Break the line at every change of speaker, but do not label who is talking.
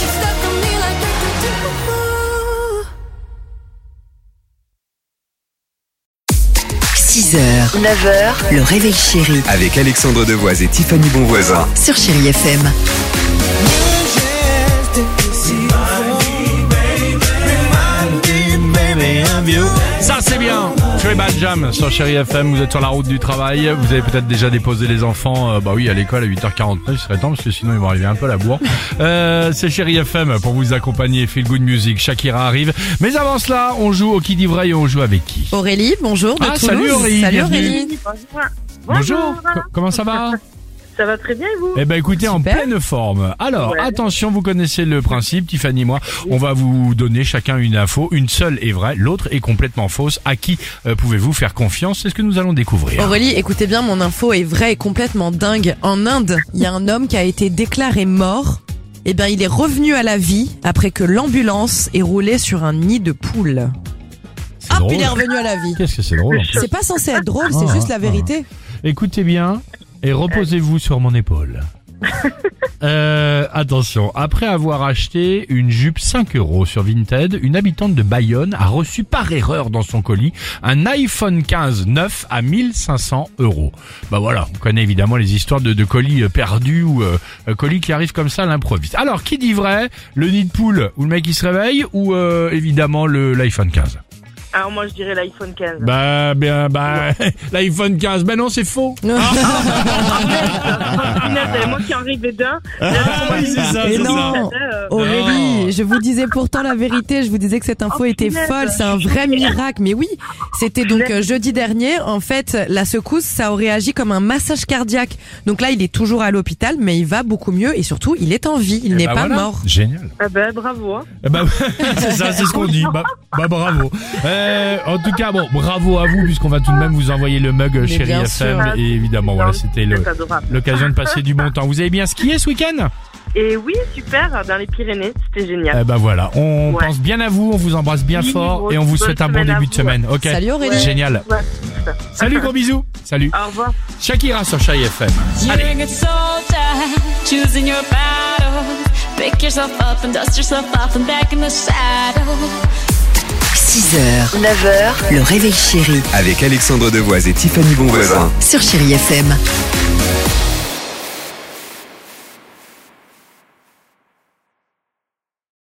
It's stuck on me like we could do. Ooh.
6h, 9h, le réveil chéri
Avec Alexandre Devoise et Tiffany Bonvoisin.
sur Chérie FM.
Ça c'est bien Trey Jam sur Chéri FM, vous êtes sur la route du travail, vous avez peut-être déjà déposé les enfants, euh, bah oui à l'école à 8h49, il serait temps parce que sinon ils vont arriver un peu à la bourre. Euh, c'est Chéri FM pour vous accompagner, Feel Good Music, Shakira arrive. Mais avant cela, on joue au qui dit vrai et on joue avec qui
Aurélie, bonjour de
Ah,
Toulouse.
salut Aurélie,
Salut
bienvenue.
Aurélie.
Bonjour.
Co- comment ça va
Ça va très bien et vous
Eh ben écoutez, en
Super.
pleine forme. Alors
Ouais.
attention, vous connaissez le principe, Tiffany et moi, on va vous donner chacun une info, une seule est vraie, l'autre est complètement fausse. À qui euh, pouvez-vous faire confiance C'est ce que nous allons découvrir.
Aurélie, écoutez bien, mon info est vraie et complètement dingue. En Inde, il y a un homme qui a été déclaré mort. Eh bien, il est revenu à la vie après que l'ambulance ait roulé sur un nid de poule.
C'est
Hop,
drôle.
ah, il est revenu à la vie.
Qu'est-ce que c'est drôle en plus.
C'est pas censé être drôle,
Ah,
c'est juste
ah.
la vérité.
Écoutez bien et reposez-vous sur mon épaule. Euh, attention, après avoir acheté une jupe 5 euros sur Vinted, une habitante de Bayonne a reçu par erreur dans son colis un iPhone 15 neuf à 1500 euros. Bah voilà, on connaît évidemment les histoires de, de colis euh, perdus ou euh, euh, colis qui arrivent comme ça à l'improviste. Alors, qui dit vrai Le nid de poule ou le mec qui se réveille ou euh, évidemment le- l'iPhone 15
Alors Ah, moi je dirais l'iPhone 15.
Bah, bien, bah, l'iPhone 15, bah non, c'est faux
Ah.
Punaise, c'est moi qui en rêvais d'un.
Ah oui, c'est ça,
Et
c'est
non.
ça.
Euh,
Aurélie, Oh, je vous disais pourtant la vérité, je vous disais que cette info
Oh,
était
punaise.
folle, c'est un vrai miracle. Mais oui, c'était donc euh, jeudi dernier, en fait, la secousse, ça aurait agi comme un massage cardiaque. Donc là, il est toujours à l'hôpital, mais il va beaucoup mieux et surtout, il est en vie, il
Eh
n'est
bah
pas
voilà.
mort.
Génial.
Ah bah bravo. hein.
Eh bah, c'est ça, c'est ce qu'on dit. Bah, bah, bravo. Euh, en tout cas, bon, bravo à vous, puisqu'on va tout de même vous envoyer le mug Chéri
bien
FM.
sûr.
Et évidemment, voilà,
Non,
c'était
c'est
le-
adorable.
l'occasion de passer du bon temps. Vous avez bien skié ce week-end
Et oui, super, dans les Pyrénées, c'était génial.
Eh bah voilà, on
Ouais.
pense bien à vous, on vous embrasse bien
Oui,
fort
grosse-
et on vous
bonne
souhaite un bon
semaine à
début de
vous.
semaine. Ok.
Salut Aurélie. Ah.
Génial.
Ouais.
Salut, gros bisous. Salut.
Au revoir.
Shakira sur Chéri FM.
You
Allez.
get so tired choosing your battles. Pick yourself up and dust yourself off and back in the saddle.
6h, 9h, le réveil chéri
Avec Alexandre Devoise et Tiffany Bonvoisin.
sur Chérie FM.